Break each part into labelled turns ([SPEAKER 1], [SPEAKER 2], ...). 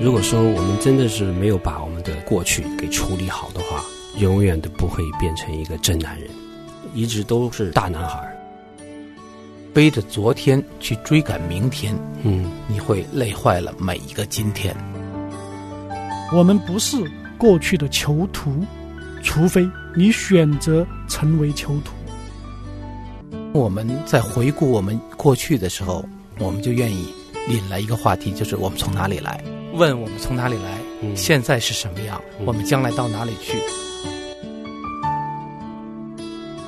[SPEAKER 1] 如果说我们真的是没有把我们的过去给处理好的话，永远都不会变成一个真男人，一直都是大男孩。
[SPEAKER 2] 背着昨天去追赶明天，
[SPEAKER 1] 嗯，
[SPEAKER 2] 你会累坏了每一个今天。
[SPEAKER 3] 我们不是过去的囚徒，除非你选择成为囚徒。
[SPEAKER 2] 我们在回顾我们过去的时候，我们就愿意引来一个话题，就是我们从哪里来？问我们从哪里来？
[SPEAKER 1] 嗯
[SPEAKER 2] 现在是什么样？
[SPEAKER 1] 嗯
[SPEAKER 2] 我们将来到哪里去？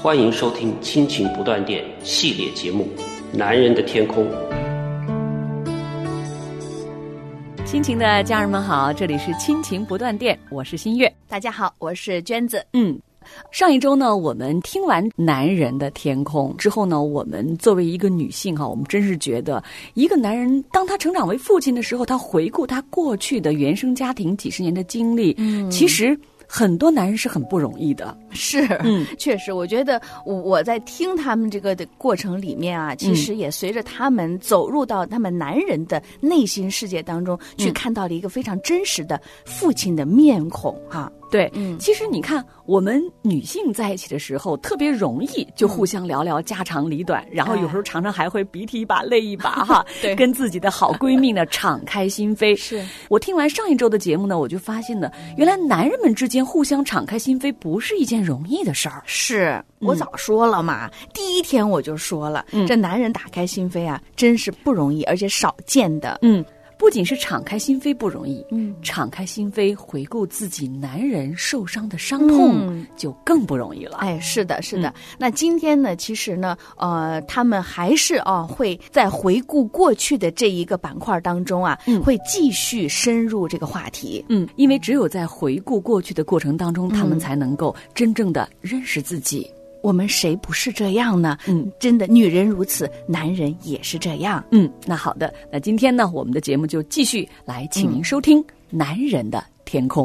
[SPEAKER 4] 欢迎收听《亲情不断电》系列节目《男人的天空》。
[SPEAKER 5] 亲情的家人们好，这里是亲情不断电，我是新月。
[SPEAKER 6] 大家好，我是娟子。
[SPEAKER 5] 嗯，上一周呢，我们听完《男人的天空》之后呢，我们作为一个女性哈，我们真是觉得一个男人当他成长为父亲的时候，他回顾他过去的原生家庭几十年的经历，
[SPEAKER 6] 嗯
[SPEAKER 5] 其实很多男人是很不容易的。
[SPEAKER 6] 是，
[SPEAKER 5] 嗯
[SPEAKER 6] 确实，我觉得我我在听他们这个的过程里面啊，其
[SPEAKER 5] 嗯
[SPEAKER 6] 实也随着他们走入到他们男人的内心世界当中，
[SPEAKER 5] 嗯
[SPEAKER 6] 去看到了一个非常真实的父亲的面孔哈、
[SPEAKER 5] 对，
[SPEAKER 6] 嗯
[SPEAKER 5] 其实你看，我们女性在一起的时候，特别容易就互相聊聊家长里短，然后有时候常常还会鼻涕一把泪一把哈，
[SPEAKER 6] 对
[SPEAKER 5] 跟自己的好闺蜜呢敞开心扉。
[SPEAKER 6] 是
[SPEAKER 5] 我听完上一周的节目呢，我就发现呢，原来男人们之间互相敞开心扉不是一件容易的事儿。
[SPEAKER 6] 是我早说了嘛，第一天我就说了，
[SPEAKER 5] 嗯
[SPEAKER 6] 这男人打开心扉啊，真是不容易，而且少见的。
[SPEAKER 5] 嗯，不仅是敞开心扉不容易，
[SPEAKER 6] 嗯
[SPEAKER 5] 敞开心扉回顾自己男人受伤的伤痛、
[SPEAKER 6] 嗯
[SPEAKER 5] 就更不容易了。
[SPEAKER 6] 哎，是的，是的。
[SPEAKER 7] 嗯
[SPEAKER 6] 那今天呢，其实呢，呃，他们还是啊，会在回顾过去的这一个板块当中啊，
[SPEAKER 5] 嗯
[SPEAKER 6] 会继续深入这个话题。
[SPEAKER 5] 嗯，因为只有在回顾过去的过程当中，他们
[SPEAKER 6] 嗯
[SPEAKER 5] 才能够真正的认识自己。
[SPEAKER 6] 我们谁不是这样呢？
[SPEAKER 5] 嗯
[SPEAKER 6] 真的，女人如此，男人也是这样。
[SPEAKER 5] 嗯，那好的，那今天呢，我们的节目就继续来，请您收听《男人的天空》。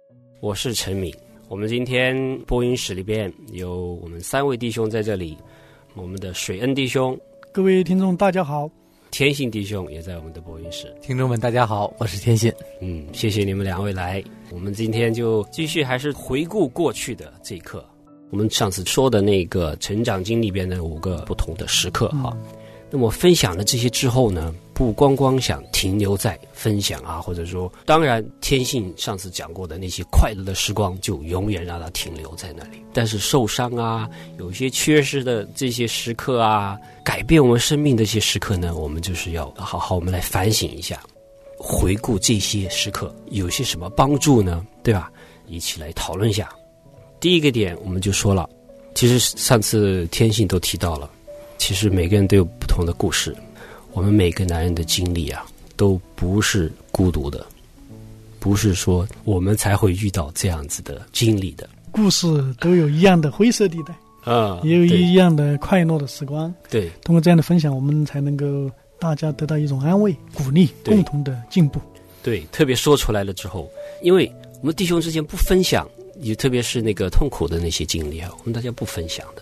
[SPEAKER 1] 我是陈敏。我们今天播音室里边有我们三位弟兄在这里，我们的水恩弟兄、
[SPEAKER 3] 各位听众，大家好，
[SPEAKER 1] 天信弟兄也在我们的播音室。
[SPEAKER 2] 听众们，大家好，我是天信。
[SPEAKER 1] 嗯，谢谢你们两位来。我们今天就继续还是回顾过去的这一刻。我们上次说的那个成长经里边的五个不同的时刻哈。那么分享了这些之后呢，不光光想停留在分享啊，或者说，当然天性上次讲过的那些快乐的时光，就永远让它停留在那里。但是受伤啊，有一些缺失的这些时刻啊，改变我们生命的一些时刻呢，我们就是要好好我们来反省一下。回顾这些时刻有些什么帮助呢？对吧？一起来讨论一下。第一个点我们就说了，其实上次天性都提到了，其实每个人都有不同的故事，我们每个男人的经历啊，都不是孤独的，不是说我们才会遇到这样子的经历的。
[SPEAKER 3] 故事都有一样的灰色地带，
[SPEAKER 1] 啊
[SPEAKER 3] 也有一样的快乐的时光。
[SPEAKER 1] 对对
[SPEAKER 3] 通过这样的分享，我们才能够大家得到一种安慰、鼓励，
[SPEAKER 1] 对
[SPEAKER 3] 共同的进步。
[SPEAKER 1] 对，特别说出来了之后，因为我们弟兄之间不分享，也特别是那个痛苦的那些经历啊，我们大家不分享的。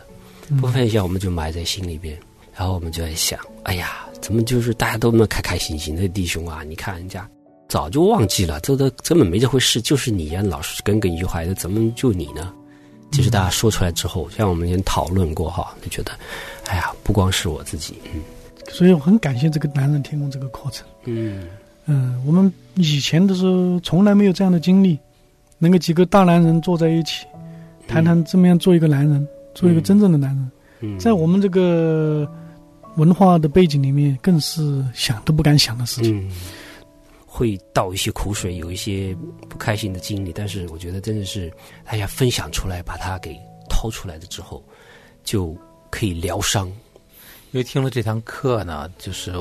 [SPEAKER 3] 嗯
[SPEAKER 1] 不分享，我们就埋在心里边，然后我们就在想，哎呀，怎么就是大家都那么开开心心的弟兄啊？你看人家早就忘记了，这都根本没这回事，就是你呀，老是耿耿于怀的，怎么就你呢？其实大
[SPEAKER 3] 嗯
[SPEAKER 1] 家说出来之后，像我们也讨论过哈，就觉得，哎呀，不光是我自己，嗯
[SPEAKER 3] 所以我很感谢这个“男人天空”这个课程。
[SPEAKER 1] 嗯
[SPEAKER 3] 嗯，我们以前的时候从来没有这样的经历，能够几个大男人坐在一起，
[SPEAKER 1] 嗯
[SPEAKER 3] 谈谈怎么样做一个男人，做一个真正的男人。
[SPEAKER 1] 嗯，
[SPEAKER 3] 在我们这个文化的背景里面，更是想都不敢想的事情。
[SPEAKER 1] 嗯，会倒一些苦水，有一些不开心的经历，但是我觉得真的是大家分享出来，把它给掏出来了之后，就可以疗伤，
[SPEAKER 2] 因为听了这堂课呢，就是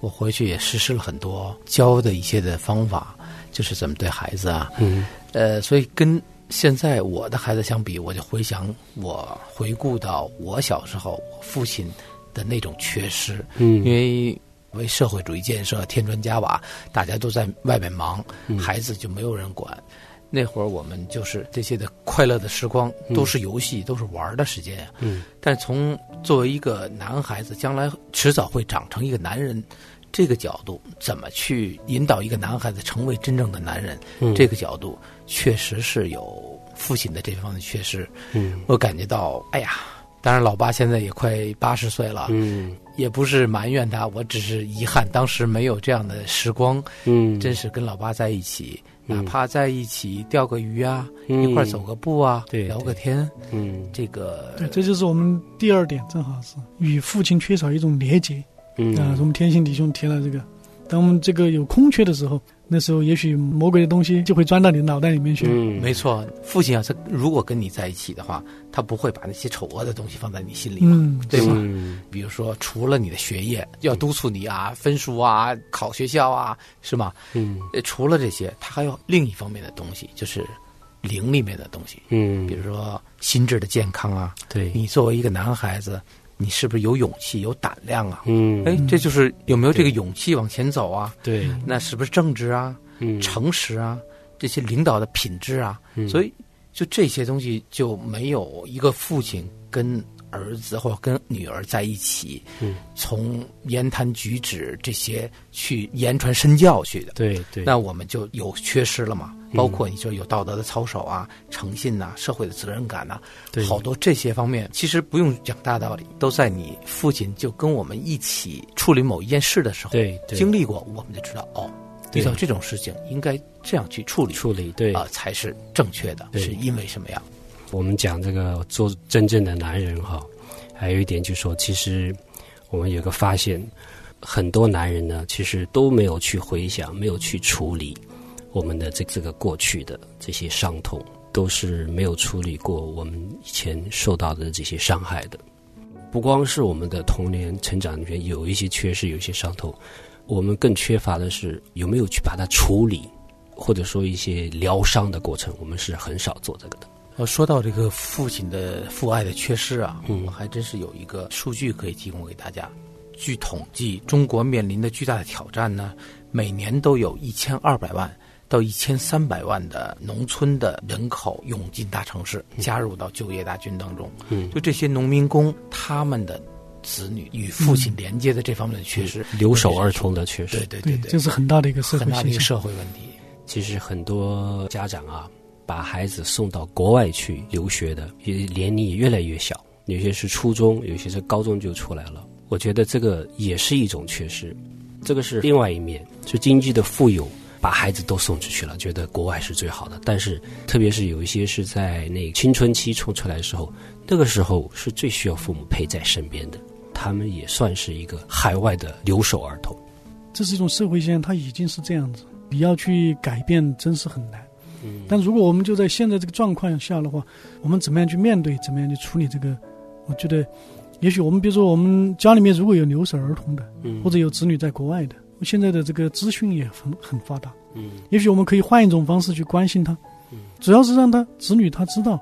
[SPEAKER 2] 我回去也实施了很多教的一些的方法，就是怎么对孩子啊，
[SPEAKER 1] 嗯，
[SPEAKER 2] 呃，所以跟现在我的孩子相比，我就回想我回顾到我小时候我父亲的那种缺失，
[SPEAKER 1] 嗯
[SPEAKER 2] 因为为社会主义建设添砖加瓦，大家都在外面忙，
[SPEAKER 1] 嗯
[SPEAKER 2] 孩子就没有人管。那会儿我们就是这些的快乐的时光，都是游戏，都是玩儿的时间呀。啊
[SPEAKER 1] 嗯，
[SPEAKER 2] 但从作为一个男孩子，将来迟早会长成一个男人，这个角度怎么去引导一个男孩子成为真正的男人？
[SPEAKER 1] 嗯
[SPEAKER 2] 这个角度确实是有父亲的这方面的缺失。
[SPEAKER 1] 嗯
[SPEAKER 2] 我感觉到，哎呀，当然老爸现在也快八十岁了，
[SPEAKER 1] 嗯
[SPEAKER 2] 也不是埋怨他，我只是遗憾当时没有这样的时光，
[SPEAKER 1] 嗯，
[SPEAKER 2] 真是跟老爸在一起，
[SPEAKER 1] 嗯
[SPEAKER 2] 哪怕在一起钓个鱼啊，
[SPEAKER 1] 嗯
[SPEAKER 2] 一块儿走个步啊，
[SPEAKER 1] 对
[SPEAKER 2] 聊个天，
[SPEAKER 1] 嗯
[SPEAKER 2] 这个
[SPEAKER 3] 对，这就是我们第二点，正好是与父亲缺少一种连结
[SPEAKER 1] 嗯
[SPEAKER 3] 啊。我们天心弟兄提了这个，当我们这个有空缺的时候，那时候也许魔鬼的东西就会钻到你的脑袋里面去。
[SPEAKER 1] 嗯
[SPEAKER 2] 没错，父亲啊，他如果跟你在一起的话，他不会把那些丑恶的东西放在你心里嘛，
[SPEAKER 3] 嗯，
[SPEAKER 2] 对吗？
[SPEAKER 1] 嗯
[SPEAKER 2] 比如说，除了你的学业，要督促你啊，分数啊，考学校啊，是吗？
[SPEAKER 1] 嗯
[SPEAKER 2] 呃，除了这些，他还有另一方面的东西，就是灵里面的东西，
[SPEAKER 1] 嗯，
[SPEAKER 2] 比如说心智的健康啊。
[SPEAKER 1] 对，
[SPEAKER 2] 你作为一个男孩子，你是不是有勇气、有胆量啊？
[SPEAKER 1] 嗯
[SPEAKER 2] 哎，这就是有没有这个勇气往前走啊？
[SPEAKER 1] 对，
[SPEAKER 2] 那是不是正直啊、
[SPEAKER 1] 嗯
[SPEAKER 2] 诚实啊，这些领导的品质啊？
[SPEAKER 1] 嗯
[SPEAKER 2] 所以，就这些东西就没有一个父亲跟儿子或者跟女儿在一起，
[SPEAKER 1] 嗯
[SPEAKER 2] 从言谈举止这些去言传身教去的。
[SPEAKER 1] 对对，嗯
[SPEAKER 2] 那我们就有缺失了嘛，包括你说有道德的操守啊、诚信呐、社会的责任感呐、啊
[SPEAKER 1] 对
[SPEAKER 2] 好多这些方面，其实不用讲大道理，都在你父亲就跟我们一起处理某一件事的时候，
[SPEAKER 1] 对对
[SPEAKER 2] 经历过，我们就知道哦，
[SPEAKER 1] 对
[SPEAKER 2] 遇到这种事情应该这样去处理
[SPEAKER 1] 处理对
[SPEAKER 2] 啊、才是正确的，
[SPEAKER 1] 对
[SPEAKER 2] 是因为什么呀？
[SPEAKER 1] 我们讲这个做真正的男人哈，还有一点就是说，其实我们有个发现，很多男人呢，其实都没有去回想，没有去处理我们的这这个过去的这些伤痛，都是没有处理过我们以前受到的这些伤害的。不光是我们的童年成长里面有一些缺失，有一些伤痛，我们更缺乏的是有没有去把它处理，或者说一些疗伤的过程，我们是很少做这个的。
[SPEAKER 2] 呃，说到这个父亲的父爱的缺失啊，
[SPEAKER 1] 嗯
[SPEAKER 2] 我还真是有一个数据可以提供给大家。据统计，中国面临的巨大的挑战呢，每年都有一千二百万到一千三百万的农村的人口涌进大城市，加入到就业大军当中。
[SPEAKER 1] 嗯
[SPEAKER 2] 就这些农民工，他们的子女与父亲连接的这方面的缺失，
[SPEAKER 1] 留守儿童的缺失。
[SPEAKER 2] 对对对
[SPEAKER 3] 对，
[SPEAKER 2] 对，
[SPEAKER 3] 这是很大的一个社
[SPEAKER 2] 很
[SPEAKER 3] 会
[SPEAKER 2] 大的
[SPEAKER 3] 现
[SPEAKER 2] 一个
[SPEAKER 3] 象。
[SPEAKER 2] 社会问题。
[SPEAKER 1] 其实很多家长啊，把孩子送到国外去留学的，也年龄也越来越小，有些是初中，有些是高中就出来了。我觉得这个也是一种缺失，这个是另外一面，是经济的富有。把孩子都送出去了，觉得国外是最好的。但是，特别是有一些是在那青春期冲出来的时候，那个时候是最需要父母陪在身边的。他们也算是一个海外的留守儿童。
[SPEAKER 3] 这是一种社会现象，它已经是这样子，你要去改变真是很难。
[SPEAKER 1] 嗯
[SPEAKER 3] 但如果我们就在现在这个状况下的话，我们怎么样去面对，怎么样去处理这个？我觉得，也许我们比如说我们家里面如果有留守儿童的，
[SPEAKER 1] 嗯
[SPEAKER 3] 或者有子女在国外的，现在的这个资讯也很很发达，
[SPEAKER 1] 嗯
[SPEAKER 3] 也许我们可以换一种方式去关心他
[SPEAKER 1] 嗯，
[SPEAKER 3] 主要是让他子女他知道，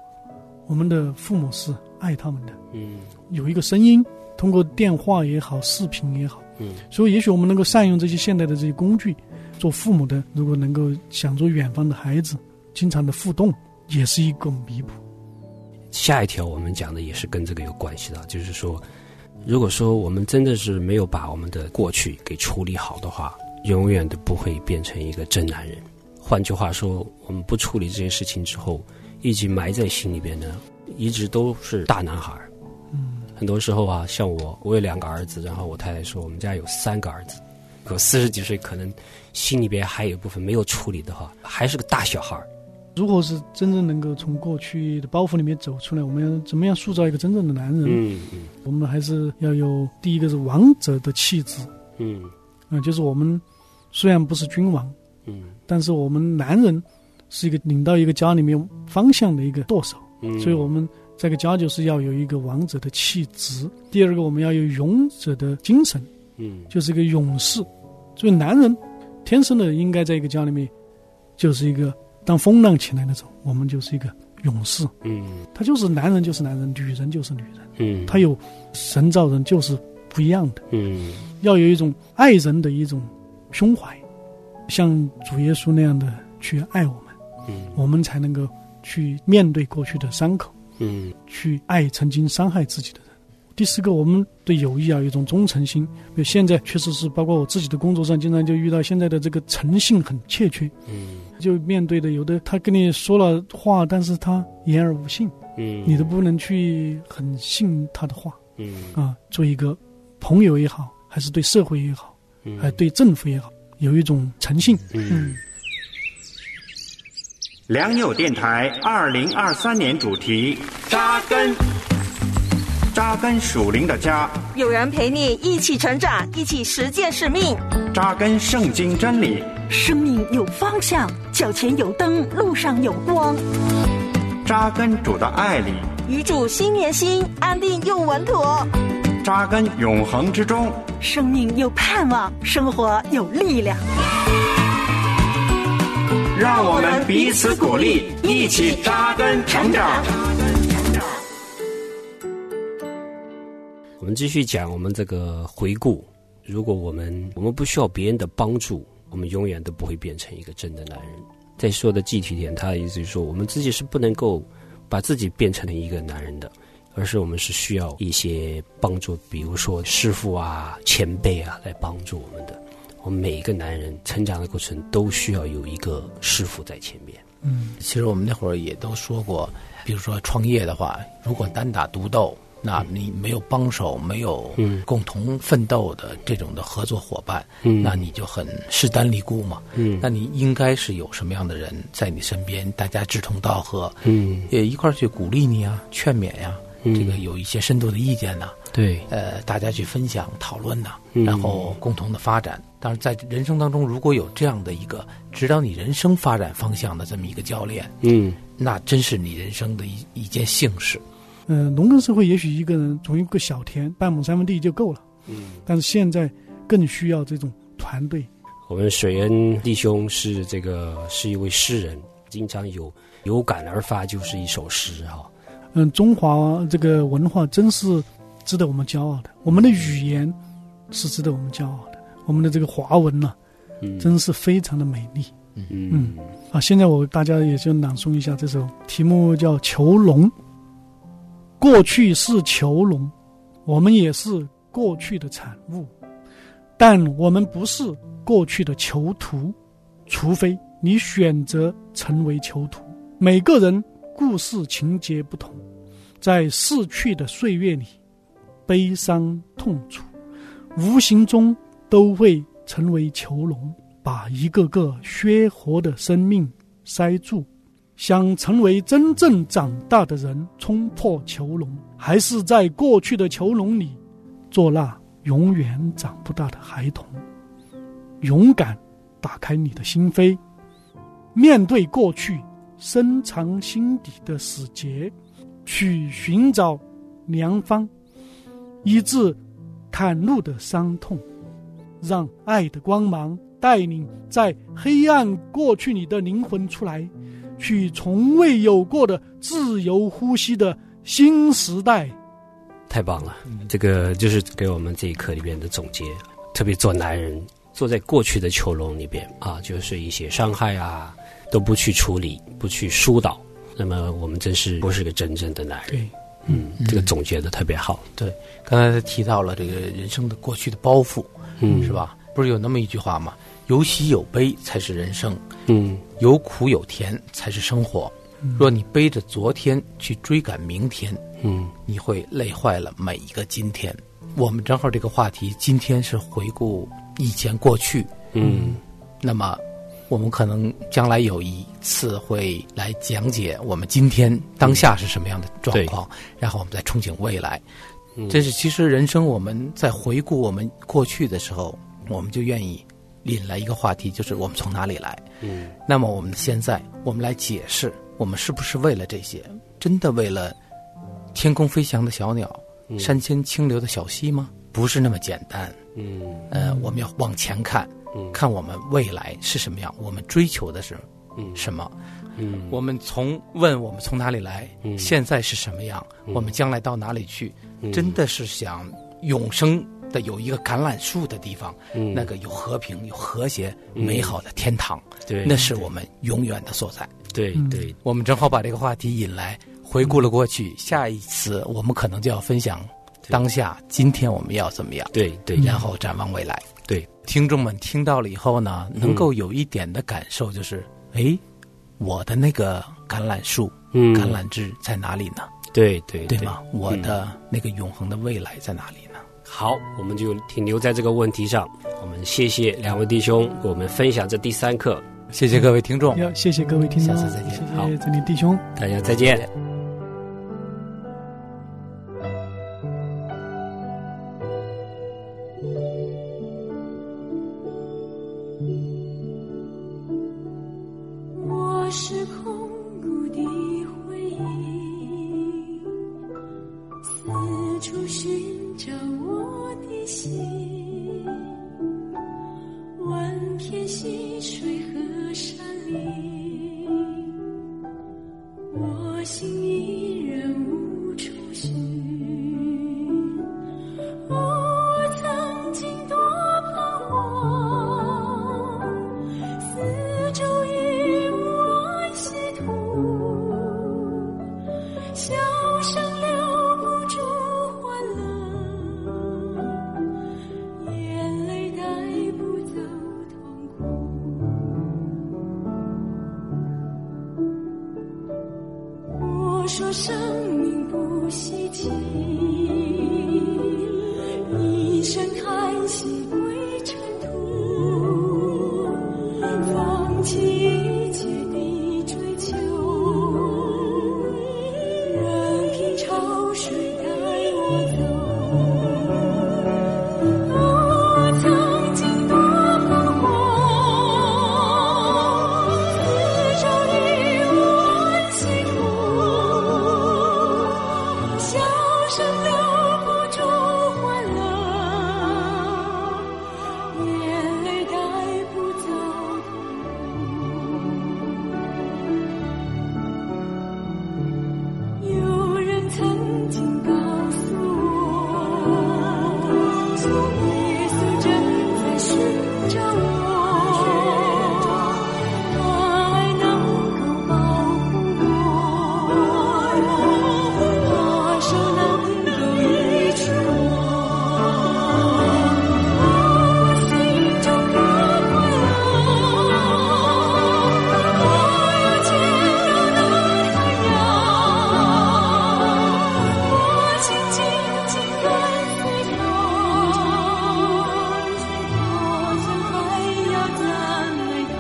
[SPEAKER 3] 我们的父母是爱他们的，
[SPEAKER 1] 嗯
[SPEAKER 3] 有一个声音，通过电话也好，视频也好，
[SPEAKER 1] 嗯
[SPEAKER 3] 所以也许我们能够善用这些现代的这些工具，做父母的如果能够想做远方的孩子，经常的互动也是一种弥补。
[SPEAKER 1] 下一条我们讲的也是跟这个有关系的，啊就是说，如果说我们真的是没有把我们的过去给处理好的话，永远都不会变成一个真男人。换句话说，我们不处理这些事情之后，一直埋在心里边呢，一直都是大男孩。嗯，很多时候啊，像我，我有两个儿子，然后我太太说我们家有三个儿子，可四十几岁，可能心里边还有一部分没有处理的话，还是个大小孩儿。
[SPEAKER 3] 如果是真正能够从过去的包袱里面走出来，我们要怎么样塑造一个真正的男人？
[SPEAKER 1] 嗯嗯
[SPEAKER 3] 我们还是要有第一个是王者的气质，
[SPEAKER 1] 嗯
[SPEAKER 3] 嗯、就是我们虽然不是君王，
[SPEAKER 1] 嗯
[SPEAKER 3] 但是我们男人是一个领到一个家里面方向的一个舵手，
[SPEAKER 1] 嗯，
[SPEAKER 3] 所以我们这个家就是要有一个王者的气质。第二个，我们要有勇者的精神，
[SPEAKER 1] 嗯
[SPEAKER 3] 就是一个勇士。所以男人天生的应该在一个家里面，就是一个当风浪起来的时候，我们就是一个勇士。
[SPEAKER 1] 嗯
[SPEAKER 3] 他就是男人就是男人，女人就是女人，
[SPEAKER 1] 嗯，
[SPEAKER 3] 他有神造人就是不一样的。
[SPEAKER 1] 嗯
[SPEAKER 3] 要有一种爱人的一种胸怀，像主耶稣那样的去爱我们，
[SPEAKER 1] 嗯
[SPEAKER 3] 我们才能够去面对过去的伤口，
[SPEAKER 1] 嗯
[SPEAKER 3] 去爱曾经伤害自己的人。第四个，我们对友谊啊要有一种忠诚心。比如现在确实是，包括我自己的工作上，经常就遇到现在的这个诚信很欠缺，
[SPEAKER 1] 嗯
[SPEAKER 3] 就面对的有的他跟你说了话，但是他言而无信，
[SPEAKER 1] 嗯，
[SPEAKER 3] 你都不能去很信他的话
[SPEAKER 1] 嗯
[SPEAKER 3] 啊。做一个朋友也好，还是对社会也好。
[SPEAKER 1] 嗯
[SPEAKER 3] 哎，对政府也好，有一种诚信。
[SPEAKER 1] 嗯
[SPEAKER 8] 良友电台二零二三年主题：扎根，扎根属灵的家，
[SPEAKER 7] 有人陪你一起成长，一起实践使命。
[SPEAKER 8] 扎根圣经真理，
[SPEAKER 7] 生命有方向，脚前有灯，路上有光。
[SPEAKER 8] 扎根主的爱里，
[SPEAKER 7] 与主心连心，安定又稳妥。
[SPEAKER 8] 扎根永恒之中。
[SPEAKER 7] 生命有盼望，生活有力量。
[SPEAKER 8] 让我们彼此鼓励，一起扎根成长。
[SPEAKER 1] 我们继续讲我们这个回顾。如果我们我们不需要别人的帮助，我们永远都不会变成一个真的男人。再说的具体点，他的意思就是说，我们自己是不能够把自己变成一个男人的，而是我们是需要一些帮助，比如说师傅啊、前辈啊来帮助我们的。我们每一个男人成长的过程都需要有一个师傅在前面。
[SPEAKER 2] 其实我们那会儿也都说过，比如说创业的话，如果单打独斗，那你没有帮手，没有
[SPEAKER 1] 嗯
[SPEAKER 2] 共同奋斗的这种的合作伙伴，
[SPEAKER 1] 嗯
[SPEAKER 2] 那你就很势单力孤嘛。
[SPEAKER 1] 嗯
[SPEAKER 2] 那你应该是有什么样的人在你身边，大家志同道合，
[SPEAKER 1] 嗯，
[SPEAKER 2] 也一块儿去鼓励你啊，劝勉呀、
[SPEAKER 1] 嗯
[SPEAKER 2] 这个有一些深度的意见呐、
[SPEAKER 1] 对，
[SPEAKER 2] 呃，大家去分享讨论呐、
[SPEAKER 1] 嗯
[SPEAKER 2] 然后共同的发展。当然，在人生当中，如果有这样的一个指导你人生发展方向的这么一个教练，
[SPEAKER 1] 嗯
[SPEAKER 2] 那真是你人生的一一件幸事。
[SPEAKER 3] 呃，农耕社会也许一个人从一个小田半亩三分地就够了，
[SPEAKER 1] 嗯。
[SPEAKER 3] 但是现在更需要这种团队。
[SPEAKER 1] 我们水恩弟兄是这个是一位诗人，经常有有感而发就是一首诗哈、
[SPEAKER 3] 嗯、中华这个文化真是值得我们骄傲的，我们的语言是值得我们骄傲的，我们的这个华文呐，
[SPEAKER 1] 嗯
[SPEAKER 3] 真是非常的美丽
[SPEAKER 1] 嗯
[SPEAKER 3] 啊！现在我大家也就朗诵一下这首，题目叫《囚笼》。过去是囚笼，我们也是过去的产物，但我们不是过去的囚徒，除非你选择成为囚徒。每个人故事情节不同，在逝去的岁月里，悲伤痛楚，无形中都会成为囚笼，把一个个削活的生命塞住。想成为真正长大的人，冲破囚笼，还是在过去的囚笼里，做那永远长不大的孩童？勇敢打开你的心扉，面对过去，深藏心底的死结，去寻找良方，医治袒露的伤痛，让爱的光芒带领在黑暗过去里的灵魂出来。去从未有过的自由呼吸的新时代。
[SPEAKER 1] 太棒了！
[SPEAKER 2] 嗯
[SPEAKER 1] 这个就是给我们这一课里边的总结，特别做男人，坐在过去的囚笼里边啊，就是一些伤害啊都不去处理，不去疏导，那么我们真是不是个真正的男人。
[SPEAKER 3] 对，
[SPEAKER 1] 嗯，这个总结的特别好。
[SPEAKER 2] 对，刚才他提到了这个人生的过去的包袱，
[SPEAKER 1] 嗯，
[SPEAKER 2] 是？吧？不是有那么一句话吗？有喜有悲才是人生，
[SPEAKER 1] 嗯
[SPEAKER 2] 有苦有甜才是生活。若你背着昨天去追赶明天，
[SPEAKER 1] 嗯
[SPEAKER 2] 你会累坏了每一个今天。我们正好这个话题，今天是回顾以前过去，
[SPEAKER 1] 嗯
[SPEAKER 2] 那么我们可能将来有一次会来讲解我们今天当下是什么样的状况，然后我们再憧憬未来。
[SPEAKER 1] 嗯
[SPEAKER 2] 这是其实人生我们在回顾我们过去的时候，我们就愿意引来一个话题，就是我们从哪里来。
[SPEAKER 1] 嗯
[SPEAKER 2] 那么我们现在，我们来解释，我们是不是为了这些，真的为了天空飞翔的小鸟，
[SPEAKER 1] 嗯
[SPEAKER 2] 山间清流的小溪吗？不是那么简单。
[SPEAKER 1] 嗯
[SPEAKER 2] 呃，我们要往前看，
[SPEAKER 1] 嗯
[SPEAKER 2] 看我们未来是什么样，我们追求的是
[SPEAKER 1] 嗯
[SPEAKER 2] 什么？
[SPEAKER 1] 嗯
[SPEAKER 2] 我们从问我们从哪里来，
[SPEAKER 1] 嗯
[SPEAKER 2] 现在是什么样，
[SPEAKER 1] 嗯
[SPEAKER 2] 我们将来到哪里去？
[SPEAKER 1] 嗯
[SPEAKER 2] 真的是想永生的有一个橄榄树的地方，
[SPEAKER 1] 嗯
[SPEAKER 2] 那个有和平、有和谐、
[SPEAKER 1] 嗯
[SPEAKER 2] 美好的天堂，
[SPEAKER 1] 对
[SPEAKER 2] 那是我嗯们永远的所在。
[SPEAKER 1] 对对
[SPEAKER 2] 我们正好把这个话题引来，回顾了过去，下一次我们可能就要分享当下，今天我们要怎么样，
[SPEAKER 1] 对对，
[SPEAKER 2] 然后展望未来。
[SPEAKER 1] 对，
[SPEAKER 2] 听众们听到了以后呢，能够有一点的感受，就是，哎，我的那个橄榄树、
[SPEAKER 1] 嗯
[SPEAKER 2] 橄榄枝在哪里呢？
[SPEAKER 1] 对对
[SPEAKER 2] 对嗯吗？我的那个永恒的未来在哪里呢？
[SPEAKER 1] 好，我们就停留在这个问题上。我们谢谢两位弟兄给我们分享这第三课，
[SPEAKER 2] 谢谢各位听众，
[SPEAKER 3] 要谢谢各位听众，
[SPEAKER 2] 下次再见
[SPEAKER 1] 好
[SPEAKER 3] 谢谢这里弟兄。
[SPEAKER 1] 大家再见。
[SPEAKER 5] 我是空谷的回音，四处寻找我的心。万片溪水和山林，我心依然无处寻。哦，我曾经多彷徨。四周一无乱西土，笑声留不住欢乐，眼泪带不走痛苦。我说生命不稀奇，一声叹息归尘土。放弃一切的追求，任凭潮水带我走。我曾经多彷徨，四周一无安息土，笑声留不住欢乐。眼泪带不走痛 苦。有人曾经告诉我，耶稣正在寻找我，他爱能够保护我，他手能够医治我。我心中的快乐，我有坚韧的太阳，我紧紧紧跟随它，我想还要赞美它。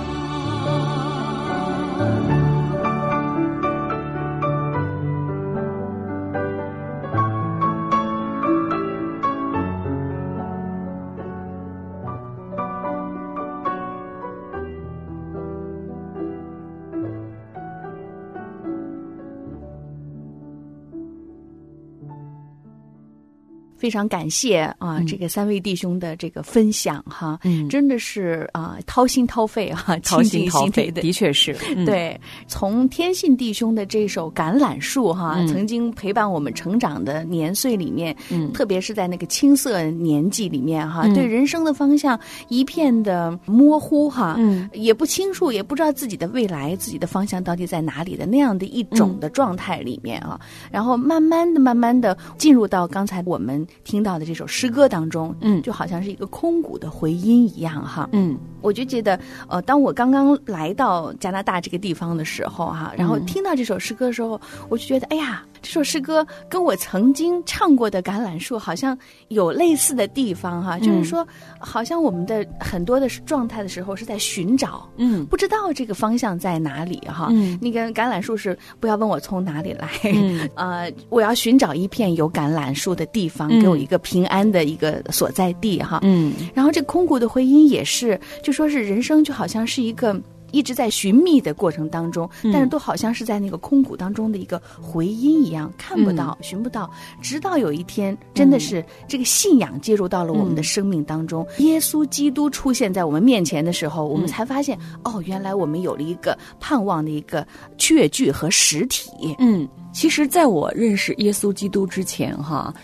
[SPEAKER 6] 非常感谢啊，
[SPEAKER 9] 嗯
[SPEAKER 6] 这个三位弟兄的这个分享哈，
[SPEAKER 9] 嗯
[SPEAKER 6] 真的是啊，掏心掏肺啊，
[SPEAKER 9] 掏心掏
[SPEAKER 6] 倾尽
[SPEAKER 9] 肺
[SPEAKER 6] 心，底
[SPEAKER 9] 的确是，嗯，
[SPEAKER 6] 对，从天信弟兄的这首《橄榄树》哈，
[SPEAKER 9] 嗯
[SPEAKER 6] 曾经陪伴我们成长的年岁里面，
[SPEAKER 9] 嗯
[SPEAKER 6] 特别是在那个青涩年纪里面哈，
[SPEAKER 9] 嗯
[SPEAKER 6] 对人生的方向一片的模糊哈，
[SPEAKER 9] 嗯
[SPEAKER 6] 也不清楚，也不知道自己的未来、自己的方向到底在哪里的那样的一种
[SPEAKER 9] 嗯
[SPEAKER 6] 的状态里面啊，然后慢慢的、慢慢的进入到刚才我们听到的这首诗歌当中，
[SPEAKER 9] 嗯
[SPEAKER 6] 就好像是一个空谷的回音一样哈，
[SPEAKER 9] 嗯
[SPEAKER 6] 我就觉得，呃，当我刚刚来到加拿大这个地方的时候、哈，然后
[SPEAKER 9] 嗯
[SPEAKER 6] 听到这首诗歌的时候，我就觉得，哎呀，这首诗歌跟我曾经唱过的《橄榄树》好像有类似的地方、哈，就是
[SPEAKER 9] 嗯
[SPEAKER 6] 说，好像我们的很多的状态的时候是在寻找，
[SPEAKER 9] 嗯
[SPEAKER 6] 不知道这个方向在哪里哈。
[SPEAKER 9] 嗯
[SPEAKER 6] 那个橄榄树是不要问我从哪里来，
[SPEAKER 9] 嗯
[SPEAKER 6] 呃， 我要寻找一片有橄榄树的地方，
[SPEAKER 9] 嗯
[SPEAKER 6] 给我一个平安的一个所在地哈。
[SPEAKER 9] 嗯
[SPEAKER 6] 然后这空谷的回音也是，就说是人生就好像是一个一直在寻觅的过程当中，
[SPEAKER 5] 嗯
[SPEAKER 6] 但是都好像是在那个空谷当中的一个回音一样，看不
[SPEAKER 5] 嗯
[SPEAKER 6] 到、寻不到。直到有一天，真的是这个信仰介入到了我们的生命当中，
[SPEAKER 5] 嗯
[SPEAKER 6] 耶稣基督出现在我们面前的时候，我们才发现，哦，原来我们有了一个盼望的一个确据和实体。
[SPEAKER 5] 嗯，其实，在我认识耶稣基督之前，哈，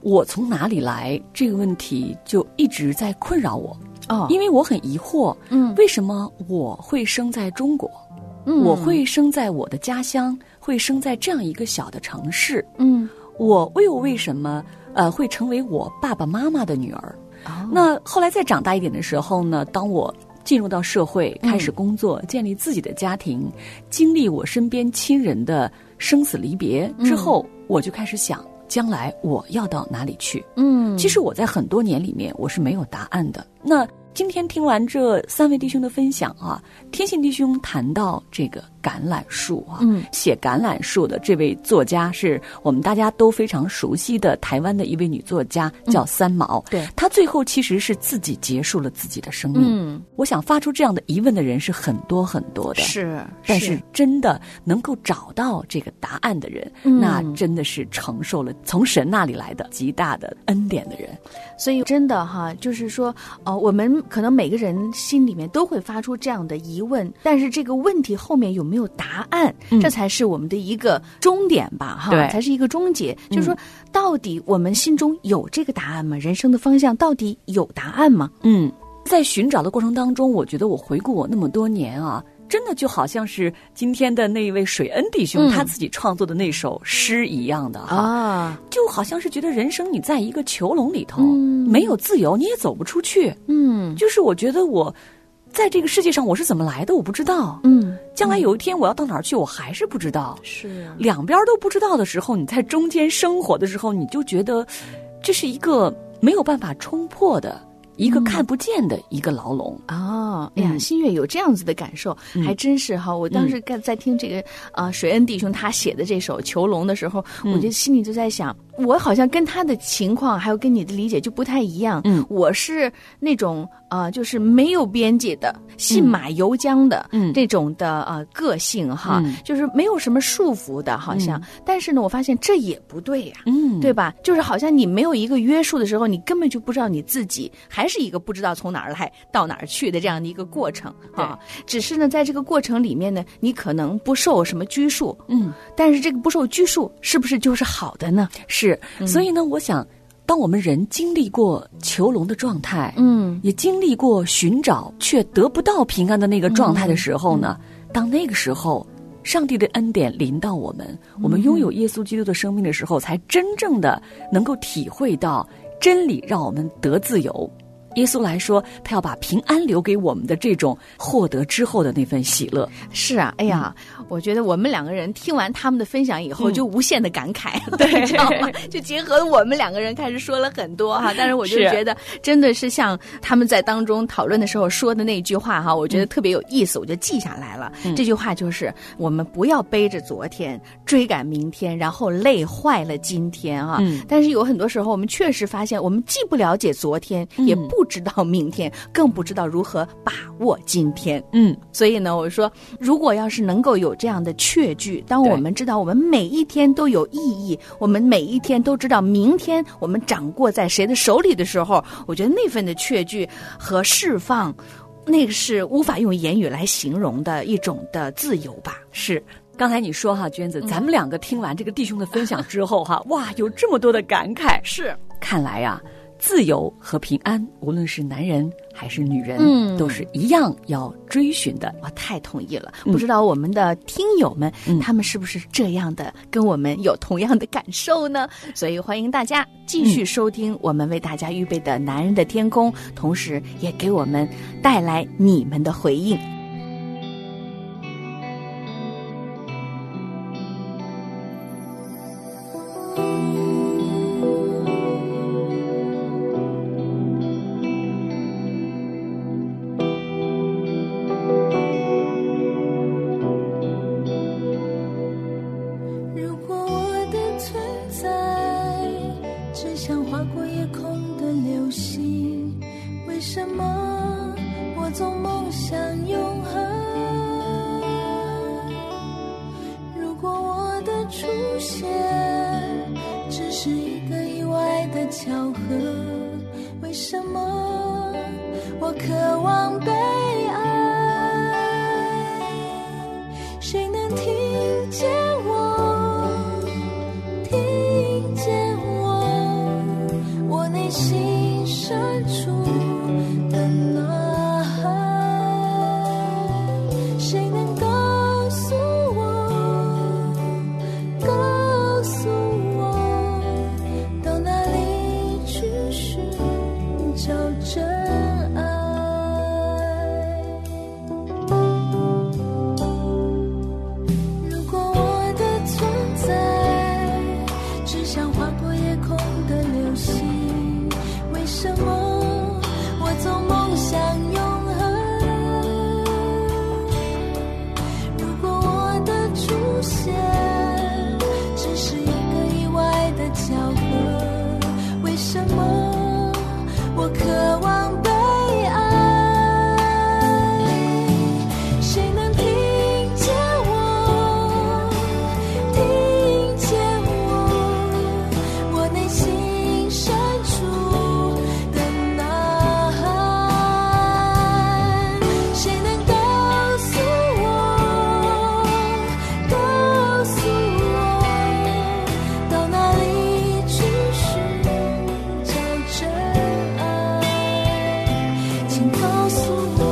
[SPEAKER 5] 我从哪里来这个问题就一直在困扰我，
[SPEAKER 6] 哦
[SPEAKER 5] 因为我很疑惑，
[SPEAKER 6] 嗯
[SPEAKER 5] 为什么我会生在中国？我会生在我的家乡，会生在这样一个小的城市。
[SPEAKER 6] 嗯
[SPEAKER 5] 我又为什么呃会成为我爸爸妈妈的女儿？
[SPEAKER 6] 哦
[SPEAKER 5] 那后来再长大一点的时候呢，当我进入到社会，开始工作，
[SPEAKER 6] 嗯
[SPEAKER 5] 建立自己的家庭，经历我身边亲人的生死离别
[SPEAKER 6] 嗯
[SPEAKER 5] 之后，我就开始想，将来我要到哪里去？
[SPEAKER 6] 嗯
[SPEAKER 5] 其实我在很多年里面我是没有答案的。那今天听完这三位弟兄的分享啊，天信弟兄谈到这个橄榄树啊，
[SPEAKER 6] 嗯
[SPEAKER 5] 写橄榄树的这位作家是我们大家都非常熟悉的台湾的一位女作家，叫三毛。
[SPEAKER 6] 嗯对
[SPEAKER 5] 她最后其实是自己结束了自己的生命。
[SPEAKER 6] 嗯
[SPEAKER 5] 我想发出这样的疑问的人是很多很多的，
[SPEAKER 6] 是，
[SPEAKER 5] 但是真的能够找到这个答案的人，
[SPEAKER 6] 嗯
[SPEAKER 5] 那真的是承受了从神那里来的极大的恩典的人。
[SPEAKER 6] 所以真的哈，就是说，呃，我们可能每个人心里面都会发出这样的疑问，但是这个问题后面有没有答案，
[SPEAKER 5] 嗯
[SPEAKER 6] 这才是我们的一个终点吧，哈，
[SPEAKER 5] 对
[SPEAKER 6] 才是一个终结。就是说，到底我们心中有这个答案吗？人生的方向到底有答案吗？
[SPEAKER 5] 嗯，在寻找的过程当中，我觉得我回顾我那么多年啊，真的就好像是今天的那一位水恩弟兄、
[SPEAKER 6] 嗯
[SPEAKER 5] 他自己创作的那首诗一样的哈，
[SPEAKER 6] 啊，
[SPEAKER 5] 就好像是觉得人生你在一个囚笼里头，
[SPEAKER 6] 嗯
[SPEAKER 5] 没有自由，你也走不出去。
[SPEAKER 6] 嗯
[SPEAKER 5] 就是我觉得我在这个世界上我是怎么来的，我不知道。
[SPEAKER 6] 嗯，
[SPEAKER 5] 将来有一天我要到哪儿去，我还是啊不知道。
[SPEAKER 6] 是
[SPEAKER 5] 两边都不知道的时候，你在中间生活的时候，你就觉得这是一个没有办法冲破的一
[SPEAKER 6] 嗯
[SPEAKER 5] 个看不见的一个牢笼。
[SPEAKER 6] 哦，哎呀，
[SPEAKER 5] 嗯
[SPEAKER 6] 新月有这样子的感受，还真是哈！我当时在在听这个啊、呃水恩弟兄他写的这首《囚笼》的时候，
[SPEAKER 5] 嗯
[SPEAKER 6] 我就心里就在想，我好像跟他的情况还有跟你的理解就不太一样。
[SPEAKER 5] 嗯
[SPEAKER 6] 我是那种啊、呃就是没有边界的、信马由缰的、
[SPEAKER 5] 嗯
[SPEAKER 6] 这种的呃个性哈，
[SPEAKER 5] 嗯
[SPEAKER 6] 就是没有什么束缚的，好像。但是呢，我发现这也不对呀、
[SPEAKER 5] 嗯，
[SPEAKER 6] 对吧？就是好像你没有一个约束的时候，你根本就不知道你自己还是一个不知道从哪儿来到哪儿去的这样的一个过程啊。只是呢，在这个过程里面呢，你可能不受什么拘束，
[SPEAKER 5] 嗯，
[SPEAKER 6] 但是这个不受拘束是不是就是好的呢？
[SPEAKER 5] 是。
[SPEAKER 6] 嗯
[SPEAKER 5] 所以呢，我想，当我们人经历过囚笼的状态，
[SPEAKER 6] 嗯，
[SPEAKER 5] 也经历过寻找却得不到平安的那个状态的时候呢，当那个时候。上帝的恩典临到我们，我们拥有耶稣基督的生命的时候，才真正的能够体会到真理，让我们得自由。耶稣来说，他要把平安留给我们的这种获得之后的那份喜乐。
[SPEAKER 6] 是啊，哎呀，我觉得我们两个人听完他们的分享以后，
[SPEAKER 5] 嗯
[SPEAKER 6] 就无限的感 慨，对，知道吗？就结合我们两个人开始说了很多 哈，但是我就是觉得真的是像他们在当中讨论的时候说的那句话哈，我觉得
[SPEAKER 5] 嗯
[SPEAKER 6] 特别有意思，我就记下来了。这句话就是：我们不要背着昨天追赶明天，然后累坏了今天啊。
[SPEAKER 5] 嗯
[SPEAKER 6] 但是有很多时候，我们确实发现，我们既不了解昨天，也
[SPEAKER 5] 嗯
[SPEAKER 6] 不知道明天，更不知道如何把握今天。
[SPEAKER 5] 嗯，
[SPEAKER 6] 所以呢，我说，如果要是能够有这样的确据，当我们知道我们每一天都有意义，我们每一天都知道明天我们掌握在谁的手里的时候，我觉得那份的确据和释放，那个是无法用言语来形容的一种的自由吧。
[SPEAKER 5] 是。刚才你说哈，娟
[SPEAKER 6] 嗯
[SPEAKER 5] 子，咱们两个听完这个弟兄的分享之后 哈，哇，有这么多的感慨。
[SPEAKER 6] 是，
[SPEAKER 5] 看来呀、自由和平安，无论是男人还是女人，
[SPEAKER 6] 嗯
[SPEAKER 5] 都是一样要追寻的。
[SPEAKER 6] 我太同意了。
[SPEAKER 5] 嗯
[SPEAKER 6] 不知道我们的听友们，
[SPEAKER 5] 嗯
[SPEAKER 6] 他们是不是这样的，跟我们有同样的感受呢？所以欢迎大家继续收听我们为大家预备的《男人的天空》，同时也给我们带来你们的回应。
[SPEAKER 10] 如果我的存在只像划过夜空的流星，为什么我总梦想永恒？
[SPEAKER 5] 是一个意外的巧合。为什么我渴望被爱？谁能听见我？听见我？我内心深处的呐喊，谁能告诉我？告诉我，到哪里去寻找真爱？如果我的存在只像划过夜空的流星，为什么我总梦想永恒？如果我的出现只是一个意外的巧合，为什么我渴望被爱？谁能听见我？听见我，我内心深处的呐喊。谁能告诉我？告诉我，到哪里去寻找真爱？请告诉我。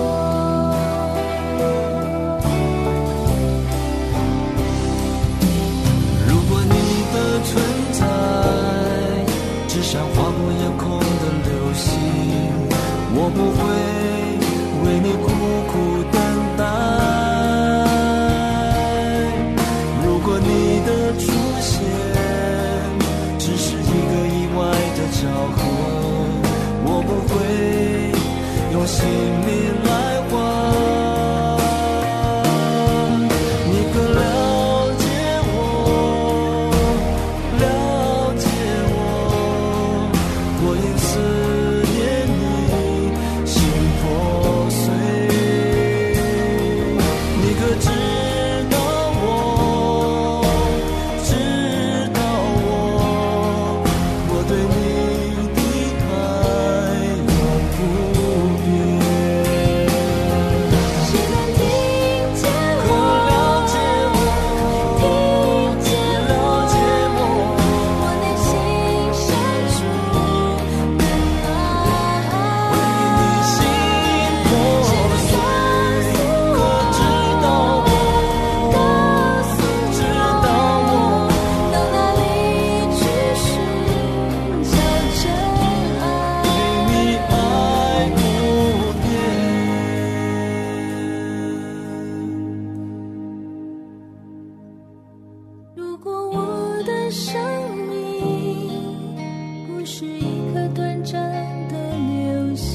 [SPEAKER 3] 如果你的存在只像划过夜空的流星，我不会为你苦苦等待。如果你的出现只是一个意外的巧合，我不会用性命来换。你可了解我，了解我，我因思念你心破碎。你可知道我，知道我，我对你的爱永不变。
[SPEAKER 5] 谁能听见我？了解我，听见了解我，我内心深处的呐喊。我对你心破碎，可知道我，知道我，到哪里去寻找真爱？
[SPEAKER 3] 你爱不变。
[SPEAKER 5] 如果我的生命不是一颗短暂的流星，